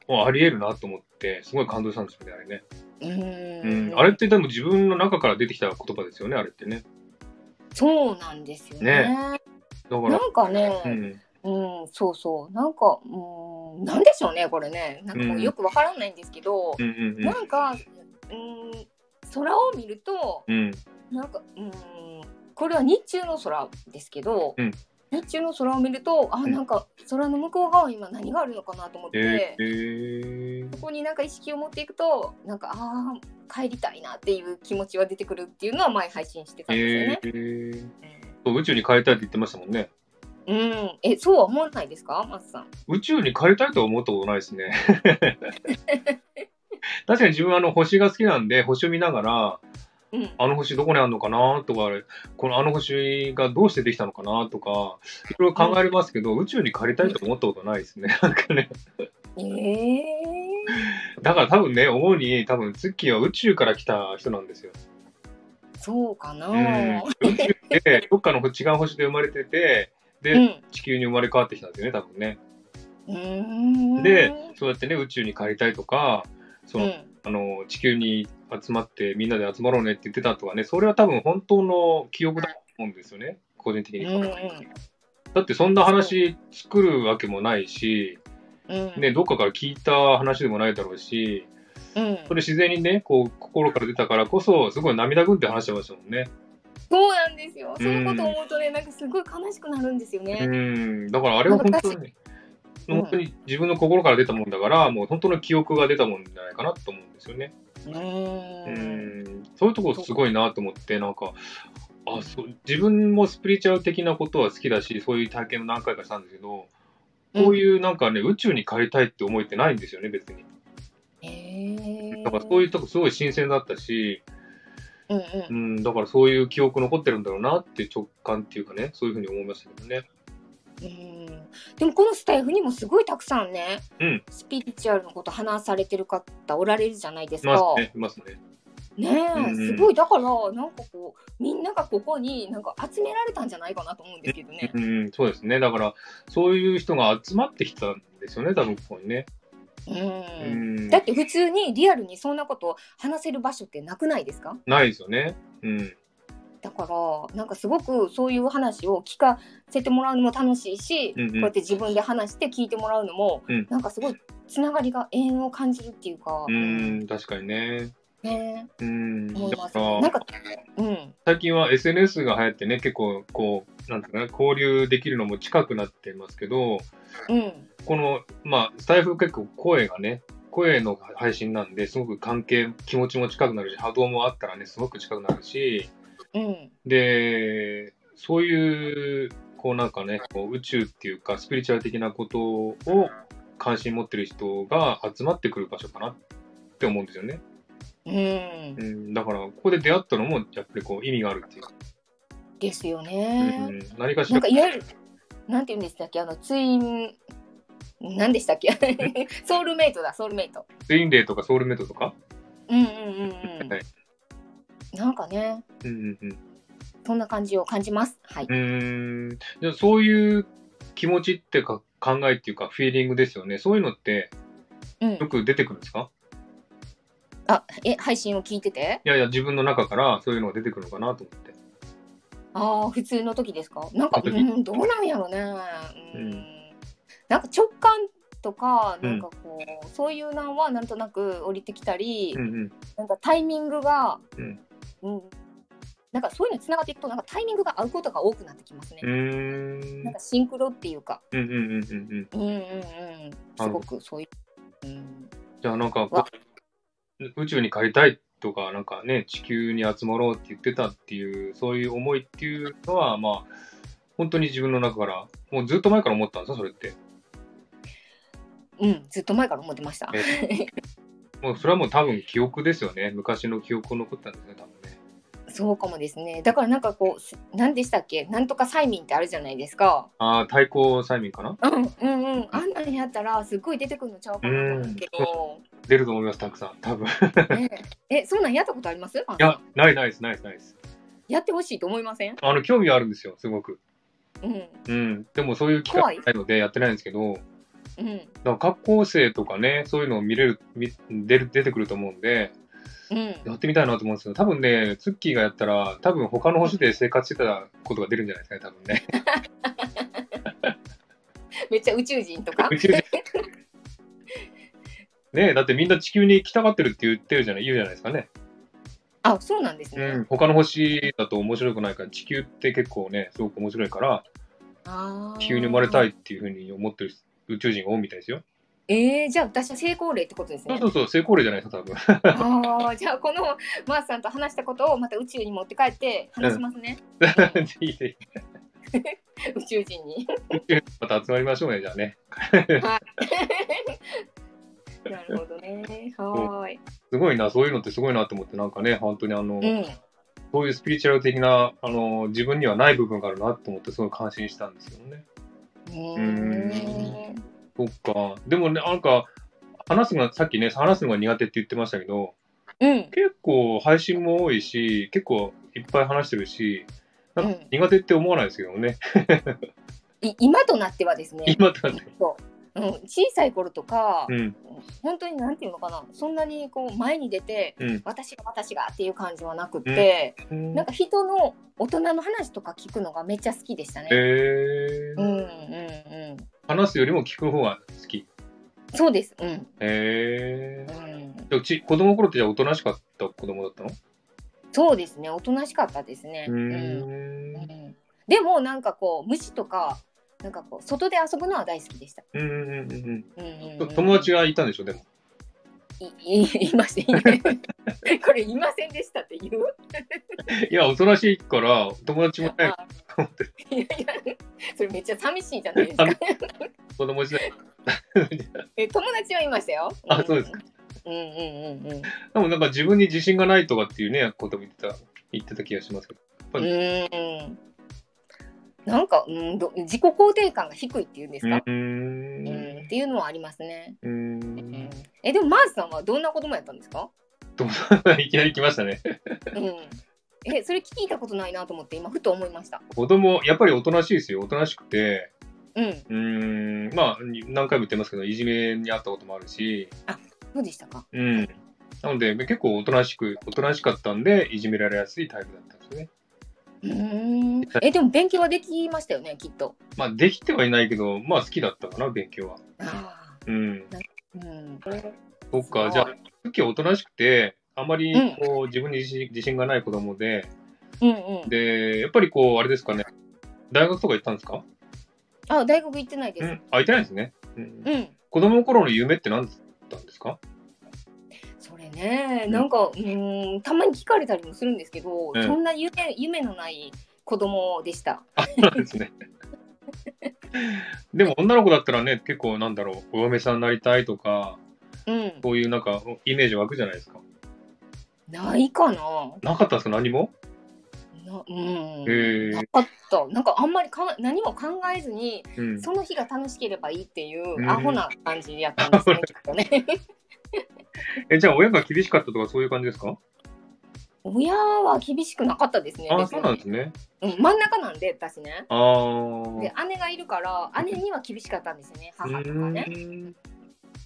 [SPEAKER 2] もうあり得るなと思って、すごい感動したんですよね、あれね。
[SPEAKER 1] う
[SPEAKER 2] うん
[SPEAKER 1] ん
[SPEAKER 2] あれってでも自分の中から出てきた言葉ですよね、あれってね。
[SPEAKER 1] そうなんですよね
[SPEAKER 2] だから、
[SPEAKER 1] なんか
[SPEAKER 2] う
[SPEAKER 1] ね
[SPEAKER 2] ん、
[SPEAKER 1] うんそうそうなんかうんなんでしょうねこれねなんかもうよくわからないんですけど
[SPEAKER 2] うん、うん
[SPEAKER 1] なんかうん空を見ると
[SPEAKER 2] うん、うん、
[SPEAKER 1] なんかうーんこれは日中の空ですけど、
[SPEAKER 2] うん
[SPEAKER 1] 日中の空を見るとあ
[SPEAKER 2] うん
[SPEAKER 1] なんか空の向こう側今何があるのかなと思って、
[SPEAKER 2] えー、えー
[SPEAKER 1] そこになんか意識を持っていくとなんかあー帰りたいなっていう気持ちは出てくるっていうのは前配信してたんですよ
[SPEAKER 2] え
[SPEAKER 1] ね。
[SPEAKER 2] ーそう宇宙に帰りたいって言ってましたもんね。
[SPEAKER 1] うん、え、そうは思わないですか、マスさん。
[SPEAKER 2] 宇宙に帰りたいとは思ったことないで すね。確かに自分はあの星が好きなんで、星を見ながら、
[SPEAKER 1] うん、
[SPEAKER 2] あの星どこにあるのかなとか、このあの星がどうしてできたのかなとか、いろいろ考えれますけど、宇宙に帰りたいと思ったことないですね。 なんかね。
[SPEAKER 1] ええ
[SPEAKER 2] だから多分ね、思うに、多分ツッキーは宇宙から来た人なんですよ。
[SPEAKER 1] そうかな。
[SPEAKER 2] う
[SPEAKER 1] うんん、
[SPEAKER 2] 宇宙で、どっかの違う星で生まれてて、
[SPEAKER 1] う
[SPEAKER 2] で、
[SPEAKER 1] ん、
[SPEAKER 2] 地球に生まれ変わってきたんですよね、多分ね。
[SPEAKER 1] うん、
[SPEAKER 2] で、そうやってね、宇宙に帰りたいとか、そうの、
[SPEAKER 1] ん、
[SPEAKER 2] あの地球に集まってみんなで集まろうねって言ってたとかねそれは多分本当の記憶だと思うんですよね個人的に、
[SPEAKER 1] うんうん
[SPEAKER 2] だってそんな話作るわけもないし、
[SPEAKER 1] うん、
[SPEAKER 2] ね、どっかから聞いた話でもないだろうし
[SPEAKER 1] うん、
[SPEAKER 2] それ自然にねこう心から出たからこそすごい涙ぐんで話してましたもんね
[SPEAKER 1] そうなんですよ。そういうことを思うとね、なんかすごい悲しくなるんですよ
[SPEAKER 2] う
[SPEAKER 1] ね。
[SPEAKER 2] んだからあれは本当に
[SPEAKER 1] うん
[SPEAKER 2] 本当に自分の心から出たもんだからもう本当の記憶が出たもんじゃないかなと思うんですよね
[SPEAKER 1] うん、
[SPEAKER 2] う
[SPEAKER 1] うん、
[SPEAKER 2] んそういうとこすごいなと思ってなんかあそう自分もスピリチュアル的なことは好きだしそういう体験を何回かしたんですけどこう
[SPEAKER 1] う
[SPEAKER 2] いうなんかね、宇宙に帰りたいって思えてないんですよね別に
[SPEAKER 1] ん。ええ
[SPEAKER 2] だからそういうとこすごい新鮮だったし、
[SPEAKER 1] うん、
[SPEAKER 2] う
[SPEAKER 1] うん、
[SPEAKER 2] ん、だからそういう記憶残ってるんだろうなっていう直感っていうかねそういうふうに思いましたけどね
[SPEAKER 1] うん。でも、このスタイフにもすごいたくさんね。
[SPEAKER 2] うん
[SPEAKER 1] スピリチュアルのこと話されてる方おられるじゃないです
[SPEAKER 2] い
[SPEAKER 1] か。
[SPEAKER 2] ますねいますね
[SPEAKER 1] ねえ、
[SPEAKER 2] うんうん
[SPEAKER 1] すごいだからなんかこうみんながここになんか集められたんじゃないかなと思うんですけどね。
[SPEAKER 2] うんそうですねだからそういう人が集まってきたんですよね多分ここにね
[SPEAKER 1] うん
[SPEAKER 2] うん
[SPEAKER 1] だって普通にリアルにそんなことを話せる場所ってなくないですか
[SPEAKER 2] ないですよねうん
[SPEAKER 1] だからなんかすごくそういう話を聞かせてもらうのも楽しいし、
[SPEAKER 2] うんうん
[SPEAKER 1] こうやって自分で話して聞いてもらうのも、
[SPEAKER 2] うん
[SPEAKER 1] なんかすごいつながりが縁を感じるっていうか、
[SPEAKER 2] うん確かにね
[SPEAKER 1] ねえ
[SPEAKER 2] うん
[SPEAKER 1] 思い
[SPEAKER 2] だ
[SPEAKER 1] ます
[SPEAKER 2] か
[SPEAKER 1] ね。
[SPEAKER 2] ら
[SPEAKER 1] なんか、うん、
[SPEAKER 2] 最近は SNS が流行ってね、結構こう、なんていうかな、交流できるのも近くなってますけど、
[SPEAKER 1] うん、
[SPEAKER 2] この、まあ、スタイフ結構声がね、声の配信なんで、すごく関係、気持ちも近くなるし、波動もあったらね、すごく近くなるし、
[SPEAKER 1] うん、
[SPEAKER 2] で、そういう、こうなんかね、こう宇宙っていうか、スピリチュアル的なことを関心持ってる人が集まってくる場所かなって思うんですよね。
[SPEAKER 1] うん
[SPEAKER 2] う、ん、だから、ここで出会ったのも、やっぱりこう、意味があるっていうか、
[SPEAKER 1] ですよ
[SPEAKER 2] う
[SPEAKER 1] ね。
[SPEAKER 2] ん、何かし
[SPEAKER 1] なん
[SPEAKER 2] ら
[SPEAKER 1] かいわゆる、なんて言うんでしたっけ、あの、ツイン、なんでしたっけ、 ソウルメイトだ、ソウルメイト。
[SPEAKER 2] ツインレイとかソウルメイトとか、
[SPEAKER 1] うんうんうん
[SPEAKER 2] はい
[SPEAKER 1] うん。なんかね、
[SPEAKER 2] うんうん
[SPEAKER 1] そんな感じを感じます。はい。
[SPEAKER 2] うん、うーんじゃあそういう気持ちってか考えっていうかフィーリングですよねそういうのって
[SPEAKER 1] うん
[SPEAKER 2] よ。く出てくるんですか
[SPEAKER 1] あ、え、配信を聞いてて
[SPEAKER 2] いやいや自分の中からそういうのが出てくるのかなと思って
[SPEAKER 1] ああ、普通の時ですかなんか、
[SPEAKER 2] 普
[SPEAKER 1] う
[SPEAKER 2] 通の時
[SPEAKER 1] ん、どうなんやろね。う。
[SPEAKER 2] うん
[SPEAKER 1] なんか直感とか、なんかこう、そういうのはなんとなく降りてきたり、
[SPEAKER 2] うんうん
[SPEAKER 1] なんかタイミングが、
[SPEAKER 2] うん
[SPEAKER 1] うんなんかそういうのにつながっていくとなんかタイミングが合うことが多くなってきますね
[SPEAKER 2] う。ーん
[SPEAKER 1] なんかシンクロっていうか、
[SPEAKER 2] うんうんうんうんう
[SPEAKER 1] うんうんう
[SPEAKER 2] ん
[SPEAKER 1] ん、すごくそういう、うん、
[SPEAKER 2] じゃあなんかこう宇宙に帰りたいとかなんかね地球に集まろうって言ってたっていうそういう思いっていうのはまあ本当に自分の中からもうずっと前から思ったんですよそれって
[SPEAKER 1] うん、ずっと前から思ってました。
[SPEAKER 2] えもうそれはもう多分記憶ですよね。昔の記憶を残ったんですね、多分ね。
[SPEAKER 1] そうかもですね。だからなんかこうす、何でしたっけ、なんとか催眠ってあるじゃないですか。
[SPEAKER 2] ああ、対抗催眠かな
[SPEAKER 1] うんうんうん、あんなんやったら、すっごい出てくるのちゃうかなと思うけど。
[SPEAKER 2] 出ると思います、たくさん。多分。い
[SPEAKER 1] ねえ、そんなんやったことあります。あんた
[SPEAKER 2] や、ないないです、ないです、ないです。
[SPEAKER 1] やってほしいと思いません。
[SPEAKER 2] あの、興味はあるんですよ、すごく。
[SPEAKER 1] うん、
[SPEAKER 2] うん。でもそういう機会がないのでやってないんですけど、
[SPEAKER 1] うん、
[SPEAKER 2] だから学校生とかね、そういうのを見れる、見出る出てくると思うんで、
[SPEAKER 1] うん。
[SPEAKER 2] やってみたいなと思うんですけど、多分ね、ツッキーがやったら、多分他の星で生活してたことが出るんじゃないですかね、多分ね。
[SPEAKER 1] めっちゃ宇宙人とか
[SPEAKER 2] 宇。宙人ねえだってみんな地球に来たがってるって言ってるじゃない、言うじゃないですかね。
[SPEAKER 1] あ、そうなんですね。
[SPEAKER 2] うん、他の星だと面白くないから地球って結構ねすごく面白いから
[SPEAKER 1] ああ。
[SPEAKER 2] 地球に生まれたい。っていうふうに思ってる宇宙人が多いみたいですよ。
[SPEAKER 1] えー、じゃあ、私は成功例ってことです
[SPEAKER 2] そ
[SPEAKER 1] ね
[SPEAKER 2] うそ。うそう成功例じゃないですか多分。
[SPEAKER 1] ああ、じゃあこのマースさんと話したことをまた宇宙に持って帰って話しますね。
[SPEAKER 2] ぜひぜひ
[SPEAKER 1] 宇宙人に。
[SPEAKER 2] また集まりましょうね、じゃあね。
[SPEAKER 1] なるほどね。はーい。
[SPEAKER 2] すごいな、そういうのってすごいなと思って、なんかね、本当にあ
[SPEAKER 1] う
[SPEAKER 2] の、
[SPEAKER 1] ん。
[SPEAKER 2] そういうスピリチュアル的な、あの、自分にはない部分があるなと思って、すごい感心したんですよね。
[SPEAKER 1] ね
[SPEAKER 2] そっか。でもね、なんか、話すのが、さっきね、話すのが苦手って言ってましたけど、
[SPEAKER 1] えうん。
[SPEAKER 2] 結構配信も多いし、結構いっぱい話してるし、なん
[SPEAKER 1] う
[SPEAKER 2] か
[SPEAKER 1] ん
[SPEAKER 2] 苦手って思わないですけどね。
[SPEAKER 1] い今となってはですね。
[SPEAKER 2] 今だって。
[SPEAKER 1] そう。うん、小さい頃とか、
[SPEAKER 2] うん、
[SPEAKER 1] 本当になんていうのかなそんなにこう前に出て
[SPEAKER 2] うん。
[SPEAKER 1] 私が私がっていう感じはなくって、なんか人の大人の話とか聞くのがめっちゃ好きでしたね。
[SPEAKER 2] え
[SPEAKER 1] うん
[SPEAKER 2] ー、
[SPEAKER 1] うんうん、
[SPEAKER 2] 話すよりも聞く方が好き。
[SPEAKER 1] そうです、うん
[SPEAKER 2] え
[SPEAKER 1] う
[SPEAKER 2] ー
[SPEAKER 1] ん、
[SPEAKER 2] でうち子供の頃ってじゃあおとなしかった子供だったの
[SPEAKER 1] そうですねおとなしかったですね、
[SPEAKER 2] う
[SPEAKER 1] うん
[SPEAKER 2] ー。
[SPEAKER 1] うんん、でもなんかこう虫とかなんかこう外で遊ぶのは大好きでした、
[SPEAKER 2] うんうんうん
[SPEAKER 1] うんうん
[SPEAKER 2] う。
[SPEAKER 1] うんん、
[SPEAKER 2] 友達がいたんでしょ、でも。
[SPEAKER 1] いいいません これいませんでしたって言う
[SPEAKER 2] いや、おとなしいから、友達もいない
[SPEAKER 1] あ
[SPEAKER 2] と思って、
[SPEAKER 1] いやいやそれめっちゃ寂しいじゃないですか
[SPEAKER 2] 寂子供時代。
[SPEAKER 1] え友達はいましたよ。
[SPEAKER 2] あそうです
[SPEAKER 1] か。うんうんうんうん。
[SPEAKER 2] でもなんか自分に自信がないとかっていうね、ことも言ってた、言ってた気がしますけど。
[SPEAKER 1] うーん。なんか、うん、ど自己肯定感が低いっていうんですか。
[SPEAKER 2] うー
[SPEAKER 1] うん
[SPEAKER 2] ん。
[SPEAKER 1] っていうのはありますね。
[SPEAKER 2] うーん。
[SPEAKER 1] え、でも、マーズさんはどんな子供やったんですか。
[SPEAKER 2] いきなり来ましたね。
[SPEAKER 1] うん。え、それ聞いたことないなと思って、今ふと思いました。
[SPEAKER 2] 子供、やっぱりおとなしいですよ。おとなしくて。
[SPEAKER 1] うん。
[SPEAKER 2] うーん。まあ、何回も言ってますけど、いじめにあったこともあるし。
[SPEAKER 1] そうでしたか。
[SPEAKER 2] うん。なので、結構おとなしく、おとなしかったんで、いじめられやすいタイプだったんですよね。
[SPEAKER 1] うーん。え、でも、勉強はできましたよね、きっと。
[SPEAKER 2] まあ、できてはいないけど、まあ、好きだったかな、勉強は。
[SPEAKER 1] ああ。
[SPEAKER 2] うん。
[SPEAKER 1] うん。
[SPEAKER 2] そっ
[SPEAKER 1] すご
[SPEAKER 2] か、
[SPEAKER 1] い
[SPEAKER 2] じゃあ、さっきはおとなしくて、あまり
[SPEAKER 1] うん
[SPEAKER 2] こう自分に自信自信がない子供で、
[SPEAKER 1] うんうん。
[SPEAKER 2] で、やっぱりこう、あれですかね、大学とか行ったんですか
[SPEAKER 1] あ、大学行ってないで
[SPEAKER 2] う
[SPEAKER 1] す。
[SPEAKER 2] ん、あ、行ってないんですね。うん
[SPEAKER 1] うん。
[SPEAKER 2] 子供の頃の夢って何だったんですか
[SPEAKER 1] それね、
[SPEAKER 2] うん
[SPEAKER 1] なんか、うーん、たまに聞かれたりもするんですけど、
[SPEAKER 2] うん
[SPEAKER 1] そんな夢、夢のない子供でした。
[SPEAKER 2] そうですね。 でも女の子だったらね、結構なんだろう、お嫁さんになりたいとか、
[SPEAKER 1] うん、
[SPEAKER 2] そういうなんかイメージ湧くじゃないですか。
[SPEAKER 1] ないかな。
[SPEAKER 2] なかったんですか、何も
[SPEAKER 1] な、うん、
[SPEAKER 2] へえ
[SPEAKER 1] なかった。なんかあんまりか、何も考えずに、
[SPEAKER 2] うん。
[SPEAKER 1] その日が楽しければいいっていう、
[SPEAKER 2] うん
[SPEAKER 1] アホな感じやったんですね。 きっとね。
[SPEAKER 2] え、じゃあ親が厳しかったとかそういう感じですか
[SPEAKER 1] 親は厳しくなかったですね。
[SPEAKER 2] あ、
[SPEAKER 1] 別
[SPEAKER 2] そ
[SPEAKER 1] に
[SPEAKER 2] うなんですね。
[SPEAKER 1] うん、真ん中なんで、私ね。
[SPEAKER 2] あ
[SPEAKER 1] で
[SPEAKER 2] ー。
[SPEAKER 1] 姉がいるから姉には厳しかったんですよね母とかね
[SPEAKER 2] うーん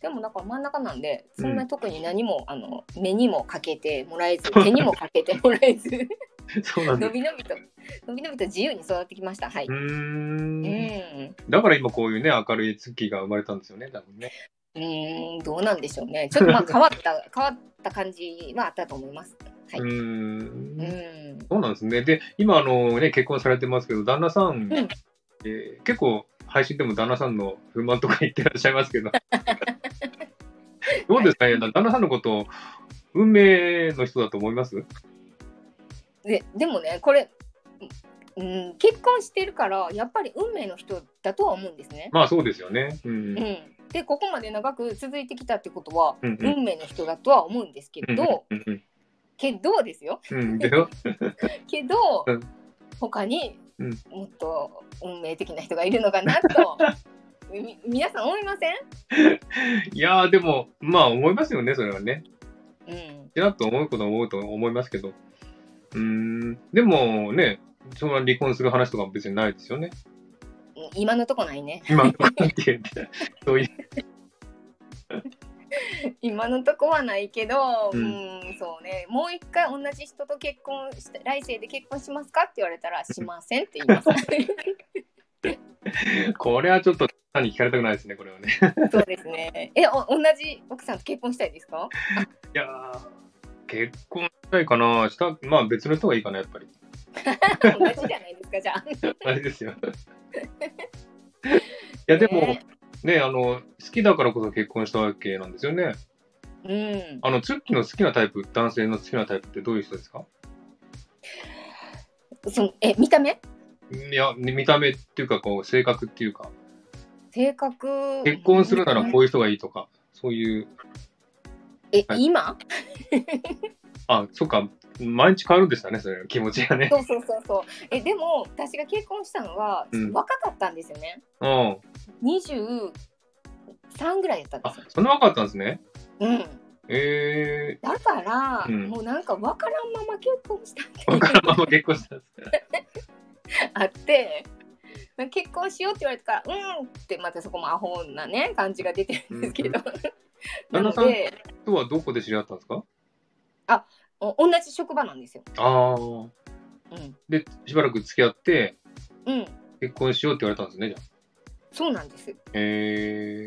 [SPEAKER 1] でもなんか真ん中なんでそん
[SPEAKER 2] う
[SPEAKER 1] な特に何も、あの目にもかけてもらえず手にもかけてもらえず
[SPEAKER 2] そうな んで
[SPEAKER 1] の
[SPEAKER 2] す。、
[SPEAKER 1] びのびとのびのびと自由に育ってきましたはいう
[SPEAKER 2] ー。
[SPEAKER 1] うんん、
[SPEAKER 2] だから今こういうね、明るい月が生まれたんですよね、多分ね。
[SPEAKER 1] うんどうなんでしょうねちょっとまあ変わった 変わった感じはあったと思いますはいう
[SPEAKER 2] ー。
[SPEAKER 1] うんん
[SPEAKER 2] そうなんですね。で、今、あの、ね、結婚されてますけど、旦那さん、
[SPEAKER 1] ん
[SPEAKER 2] えー結構、配信でも旦那さんの不満とか言ってらっしゃいますけ ど、どうですかね、旦那さんのことを、運命の人だと思います
[SPEAKER 1] ででもねこれ、うん、結婚してるからやっぱり運命の人だとは思うんですね、
[SPEAKER 2] まあ、そうですよね。うん。
[SPEAKER 1] う
[SPEAKER 2] うん
[SPEAKER 1] ん、でここまで長く続いてきたってことは、
[SPEAKER 2] うん
[SPEAKER 1] 運命の人だとは思うんですけど、
[SPEAKER 2] うんうん
[SPEAKER 1] けどですよ
[SPEAKER 2] うん、でよ
[SPEAKER 1] けど、
[SPEAKER 2] うん
[SPEAKER 1] 他に
[SPEAKER 2] うん
[SPEAKER 1] もっと運命的な人がいるのかな とみ皆さん思いません、
[SPEAKER 2] いやーでもまあ思いますよねそれはね
[SPEAKER 1] うん、
[SPEAKER 2] ちらっと思うことは思うと思いますけどうーんでもねそんな離婚する話とかも別にないですよね
[SPEAKER 1] 今のとこないね
[SPEAKER 2] 今の関係で。そういう。
[SPEAKER 1] 今のとこはないけど、う
[SPEAKER 2] うんん、
[SPEAKER 1] そうねもう一回同じ人と結婚して来世で結婚しますかって言われたらしませんって言います
[SPEAKER 2] これはちょっと、さんに聞かれたくないですね、これはね。
[SPEAKER 1] そうですねえお同じ奥さんと結婚したいですか
[SPEAKER 2] いやー、結婚したいかな。した、まあ別の人がいいかな、やっぱり。
[SPEAKER 1] 同じじゃないですかじゃあ
[SPEAKER 2] あれですよ。いや、でも
[SPEAKER 1] ね、
[SPEAKER 2] ね、あの、好きだからこそ結婚したわけなんですよね。
[SPEAKER 1] うん
[SPEAKER 2] あの、ツッキーの好きなタイプ、男性の好きなタイプってどういう人ですか
[SPEAKER 1] そのえ見た目
[SPEAKER 2] いや、見た目っていうか、こう、性格っていうか、
[SPEAKER 1] 性格
[SPEAKER 2] 結婚するならこういう人がいいとか、そういう、
[SPEAKER 1] え、
[SPEAKER 2] はい
[SPEAKER 1] 今
[SPEAKER 2] あ、そっか、毎日変わるんでしたね、それ、気持ちがね。
[SPEAKER 1] そうそうそうそうえでも私が結婚したのは
[SPEAKER 2] うん
[SPEAKER 1] 若かったんですよね、
[SPEAKER 2] うん。
[SPEAKER 1] 23ぐらいやったんで
[SPEAKER 2] あ
[SPEAKER 1] すよ、、
[SPEAKER 2] そんな若かったんですね。
[SPEAKER 1] うん、
[SPEAKER 2] え
[SPEAKER 1] だから、
[SPEAKER 2] うん
[SPEAKER 1] もうなんか分からんまま結婚した っていう
[SPEAKER 2] ー、わからんまま結婚したんですね。
[SPEAKER 1] あって結婚しようって言われたからうんってまたそこもアホなね感じが出てるんですけど、
[SPEAKER 2] うん
[SPEAKER 1] なので
[SPEAKER 2] とはどこで知り合ったんですか
[SPEAKER 1] お同じ職場なんですよ。
[SPEAKER 2] ああ。
[SPEAKER 1] うん、
[SPEAKER 2] で、しばらく付き合って、
[SPEAKER 1] うん、
[SPEAKER 2] 結婚しようって言われたんですね、じゃあ。
[SPEAKER 1] そうなんです。
[SPEAKER 2] へえ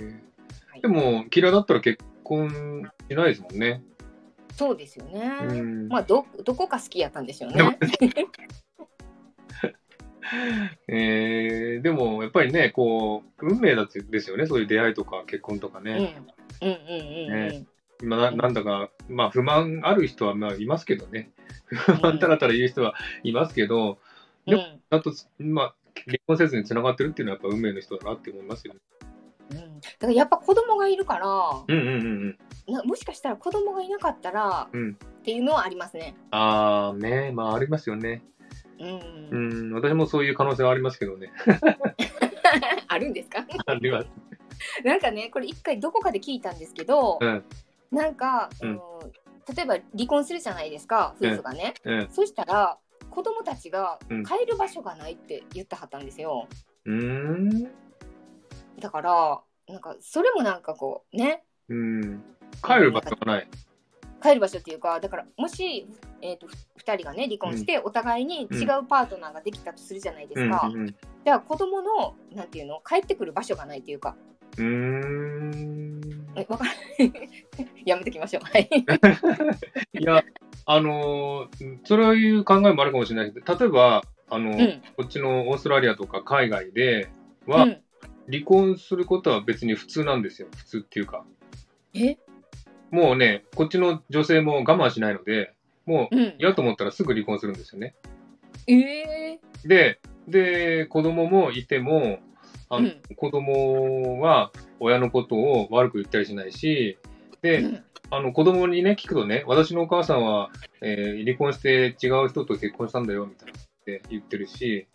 [SPEAKER 1] はい
[SPEAKER 2] ー。でも、嫌いだったら結婚しないですもんね。
[SPEAKER 1] そうですよね。
[SPEAKER 2] うん。
[SPEAKER 1] まあどどこか好きやったんでしょう
[SPEAKER 2] でも
[SPEAKER 1] ね。
[SPEAKER 2] えー、でも、やっぱりね、こう、運命だってですよね、そういう出会いとか結婚とか
[SPEAKER 1] うん、
[SPEAKER 2] ね。
[SPEAKER 1] うんうんうんうん。
[SPEAKER 2] ね 今な、なんだか、まあ、不満ある人は、まあ、いますけどね。不
[SPEAKER 1] う
[SPEAKER 2] 満
[SPEAKER 1] ん
[SPEAKER 2] たらたら言う人はいますけど、でも
[SPEAKER 1] うん
[SPEAKER 2] あと、まあ、離婚せずに繋がってるっていうのは、やっぱ運命の人だなって思いますよね。
[SPEAKER 1] うん、だからやっぱ子供がいるから、
[SPEAKER 2] うんうんうんうん。
[SPEAKER 1] なもしかしたら子供がいなかったら、
[SPEAKER 2] うん
[SPEAKER 1] っていうのはありますね。
[SPEAKER 2] ああ、ね、まあ、ありますよね。
[SPEAKER 1] うん、
[SPEAKER 2] うん、私もそういう可能性はありますけどね。
[SPEAKER 1] あるんですか
[SPEAKER 2] あります。
[SPEAKER 1] なんかねこれ一回どこかで聞いたんですけど、
[SPEAKER 2] うん、
[SPEAKER 1] なんか、
[SPEAKER 2] うん
[SPEAKER 1] あの例えば離婚するじゃないですか夫婦がね。
[SPEAKER 2] うん。
[SPEAKER 1] そしたら子供たちが
[SPEAKER 2] うん
[SPEAKER 1] 帰る場所がないって言ったはったんですよ。
[SPEAKER 2] うーん。
[SPEAKER 1] だからなんかそれもなんかこうね
[SPEAKER 2] うん。帰る場所がない。
[SPEAKER 1] 帰る場所っていうかだからもし、えー、と2人がね離婚してお互いに違うパートナーができたとするじゃないで
[SPEAKER 2] う
[SPEAKER 1] す
[SPEAKER 2] ん
[SPEAKER 1] か、
[SPEAKER 2] うんうん。
[SPEAKER 1] じゃあ子供のなんていうの帰ってくる場所がないっていうか
[SPEAKER 2] うーん。
[SPEAKER 1] えわからない やめてきましょうはい
[SPEAKER 2] いや、あのーそういう考えもあるかもしれないけど、例えば、あの
[SPEAKER 1] うんうん
[SPEAKER 2] こっちのオーストラリアとか海外で
[SPEAKER 1] う
[SPEAKER 2] は、
[SPEAKER 1] ん
[SPEAKER 2] 離婚することは別に普通なんですよ。普通っていうか。
[SPEAKER 1] え
[SPEAKER 2] もうね、こっちの女性も我慢しないので、もう
[SPEAKER 1] うん
[SPEAKER 2] 嫌と思ったらすぐ離婚するんですよね。
[SPEAKER 1] え
[SPEAKER 2] で、で、子供もいても、
[SPEAKER 1] ー
[SPEAKER 2] あの子供は親のことを悪く言ったりしないし、
[SPEAKER 1] う
[SPEAKER 2] で、
[SPEAKER 1] ん
[SPEAKER 2] あの子供にね、聞くとね、私のお母さんは、えー離婚して違う人と結婚したんだよ、みたいなって言ってるし、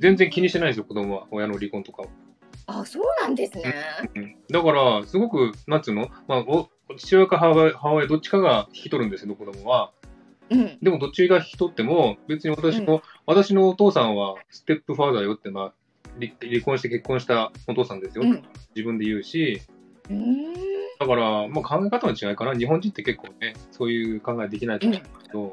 [SPEAKER 2] 全然気にしてないんですよ、子供は、親の離婚とかを。
[SPEAKER 1] あそうなんですね
[SPEAKER 2] うんだから、すごく、なんつうの、まあ、お父親か母親母親どっちかが引き取るんですけど、子供は。
[SPEAKER 1] うん
[SPEAKER 2] でも、どっちが引き取っても、別に私の、私のお父さんはステップファーザーよって、まあ、離離婚して結婚したお父さんですよ、
[SPEAKER 1] うん
[SPEAKER 2] 自分で言うし、
[SPEAKER 1] うーん
[SPEAKER 2] だから、まあ、考え方の違いかな、日本人って結構ね、そういう考えできないと思うんですけど。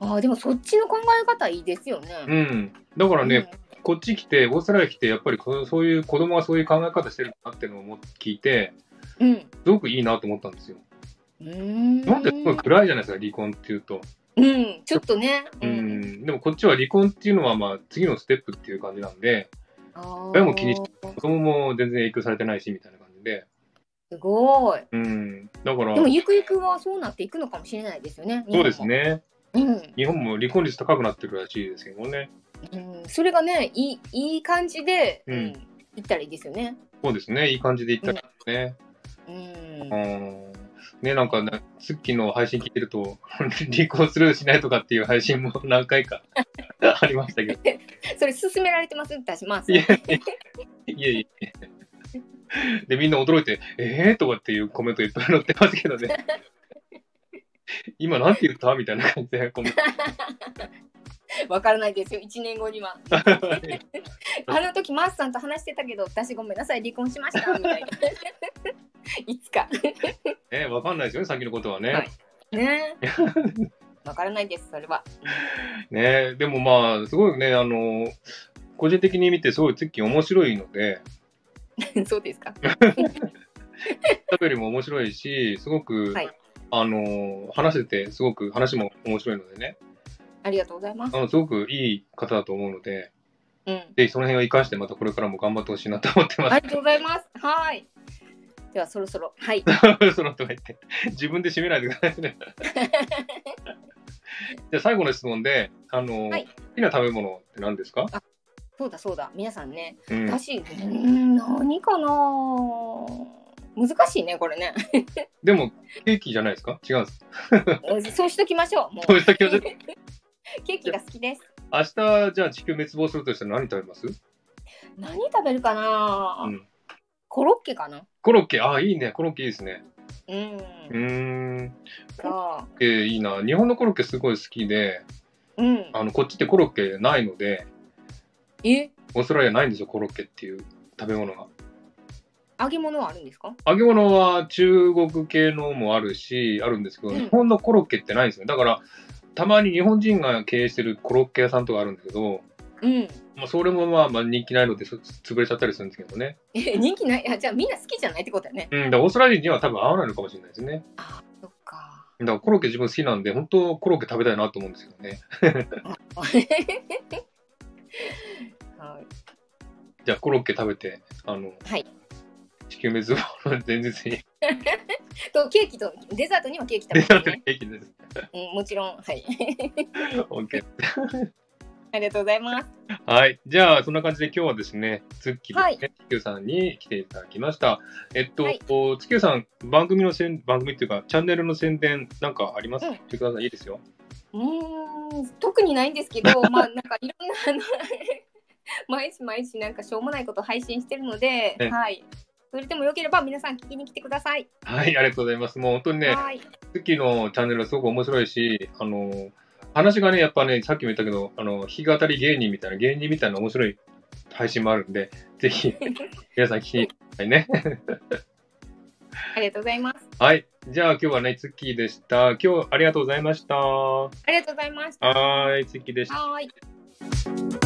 [SPEAKER 1] あーでもそっちの考え方いいですよね。
[SPEAKER 2] うん、だからね、こっち来て、オーストラリア来て、やっぱりこそういう子供はそういう考え方してるなっていうのをも聞いて、
[SPEAKER 1] うん。うん。
[SPEAKER 2] すごくいいなと思ったんですよ。
[SPEAKER 1] うーん
[SPEAKER 2] 日本ってすごい暗いじゃないですか、離婚っていうと。
[SPEAKER 1] うん、ちょっとね。
[SPEAKER 2] う。ん、でもこっちは離婚っていうのは、まあ、次のステップっていう感じなんで、
[SPEAKER 1] あー
[SPEAKER 2] 親も気にし子供も全然影響されてないしみたいな感じで、
[SPEAKER 1] すごい。
[SPEAKER 2] うん、だから
[SPEAKER 1] で、もゆくゆくはそうなっていくのかもしれないですよね。日
[SPEAKER 2] そう
[SPEAKER 1] 本も
[SPEAKER 2] です。ね、
[SPEAKER 1] うん。
[SPEAKER 2] 日本も離婚率高くなってるらしいですけどね、
[SPEAKER 1] うん、それがね、いいいい感じで、
[SPEAKER 2] うん
[SPEAKER 1] いったらいいですよね。
[SPEAKER 2] そうですね、いい感じでいったらね。
[SPEAKER 1] うん。
[SPEAKER 2] うんね、なんかね、スッキーの配信聞いてると、 離婚するしないとかっていう配信も何回か ありましたけど、
[SPEAKER 1] それ勧められてます私まあ。
[SPEAKER 2] いやいえいえ。で、みんな驚いて、えーとかっていうコメントいっぱい載ってますけどね。今なんて言ったみたいな感じでコメント。
[SPEAKER 1] わからないですよ。一年後には。あの時マースさんと話してたけど、私ごめんなさい離婚しましたみたいな。 いつか。
[SPEAKER 2] ね、わかんないですよね、先のことはね。
[SPEAKER 1] はい ね。わからないですそれは。
[SPEAKER 2] ね、でもまあ、すごいね、あの、個人的に見てすごいツッキー面白いので、
[SPEAKER 1] そうですか。
[SPEAKER 2] 食べよりも面白いし、すごく、
[SPEAKER 1] はい
[SPEAKER 2] あの、話せて、すごく話も面白いのでね。
[SPEAKER 1] ありがとうございます
[SPEAKER 2] あ。の、すごくいい方だと思うので、
[SPEAKER 1] うん。
[SPEAKER 2] ぜひその辺を生かして、またこれからも頑張ってほしいなと思ってま
[SPEAKER 1] ありがとうございます。はい。ではそろそ ろはい。
[SPEAKER 2] す。そのとか言って、自分で締めないでくださいね。じゃあ最後の質問で、あの、
[SPEAKER 1] はい
[SPEAKER 2] 好きな食べ物って何ですか？
[SPEAKER 1] そうだそうだ皆さんね
[SPEAKER 2] うん、
[SPEAKER 1] 私うーん何かな難しいねこれね
[SPEAKER 2] でもケーキじゃないですか？違うん です。
[SPEAKER 1] そうしときましょうもう
[SPEAKER 2] そうしときましょう
[SPEAKER 1] ケーキが好きです
[SPEAKER 2] 明日じゃあ地球滅亡するとしたら何食べます？
[SPEAKER 1] 何食べるかな、
[SPEAKER 2] うん
[SPEAKER 1] コロッケかな
[SPEAKER 2] コロッケ、あ、いいね、コロッケいいですね。
[SPEAKER 1] うん、
[SPEAKER 2] うーん、
[SPEAKER 1] さあ
[SPEAKER 2] えー、いいな。日本のコロッケすごい好きで、
[SPEAKER 1] うん
[SPEAKER 2] あのこっちってコロッケないので、
[SPEAKER 1] え
[SPEAKER 2] オーストラリアないんですよコロッケっていう食べ物が。
[SPEAKER 1] 揚げ物はあるんですか
[SPEAKER 2] 揚げ物は中国系のもあるし、あるんですけど、
[SPEAKER 1] うん
[SPEAKER 2] 日本のコロッケってないんですよね。だから、たまに日本人が経営してるコロッケ屋さんとかあるんだけど、
[SPEAKER 1] うん
[SPEAKER 2] まあ、それもまあまあ人気ないので、そ潰れちゃったりするんですけどね。
[SPEAKER 1] え人気ないあじゃあみんな好きじゃないってことだね
[SPEAKER 2] うん、だからオーストラリアには多分合わないのかもしれないですね。
[SPEAKER 1] あそっか
[SPEAKER 2] だからコロッケ自分好きなんで、本当コロッケ食べたいなと思うんですけどね。
[SPEAKER 1] はい
[SPEAKER 2] じゃあコロッケ食べて、あの、
[SPEAKER 1] はい
[SPEAKER 2] 地球滅亡の前日に
[SPEAKER 1] とケーキとデザートにはケーキ食
[SPEAKER 2] デ
[SPEAKER 1] べ
[SPEAKER 2] ザー
[SPEAKER 1] て
[SPEAKER 2] ト
[SPEAKER 1] ね、
[SPEAKER 2] ケーキです。
[SPEAKER 1] うん、もちろんはい
[SPEAKER 2] OK
[SPEAKER 1] ありがとうございます
[SPEAKER 2] はい。じゃあ、そんな感じで今日はですね、ツッキー
[SPEAKER 1] は
[SPEAKER 2] で
[SPEAKER 1] い
[SPEAKER 2] すね、ツッキューさんに来ていただきました。えっと、
[SPEAKER 1] はい
[SPEAKER 2] おツッキューさん、番組のせん、番組っていうか、チャンネルの宣伝なんかあります、
[SPEAKER 1] うん
[SPEAKER 2] してください。いいですよ。
[SPEAKER 1] うーん特にないんですけ どまあなんかいろんなあの毎日毎日なんかしょうもないことを配信してるので、
[SPEAKER 2] ね
[SPEAKER 1] はいそれでもよければ皆さん聞きに来てください。
[SPEAKER 2] はい、ありがとうございます。もう本当にね、
[SPEAKER 1] はい。
[SPEAKER 2] ツッキーのチャンネルはすごく面白いし、あの、話がね、やっぱね、さっきも言ったけど、あの、弾き語り芸人みたいな、芸人みたいな面白い配信もあるんで、ぜひ、皆さん聞きに来てくださいね。
[SPEAKER 1] ありがとうございます。
[SPEAKER 2] はい。じゃあ、今日はね、ツッキーでした。今日ありがとうございました。
[SPEAKER 1] あ
[SPEAKER 2] は
[SPEAKER 1] りがとうございました。
[SPEAKER 2] ーい、ツッキーでした。
[SPEAKER 1] はーい。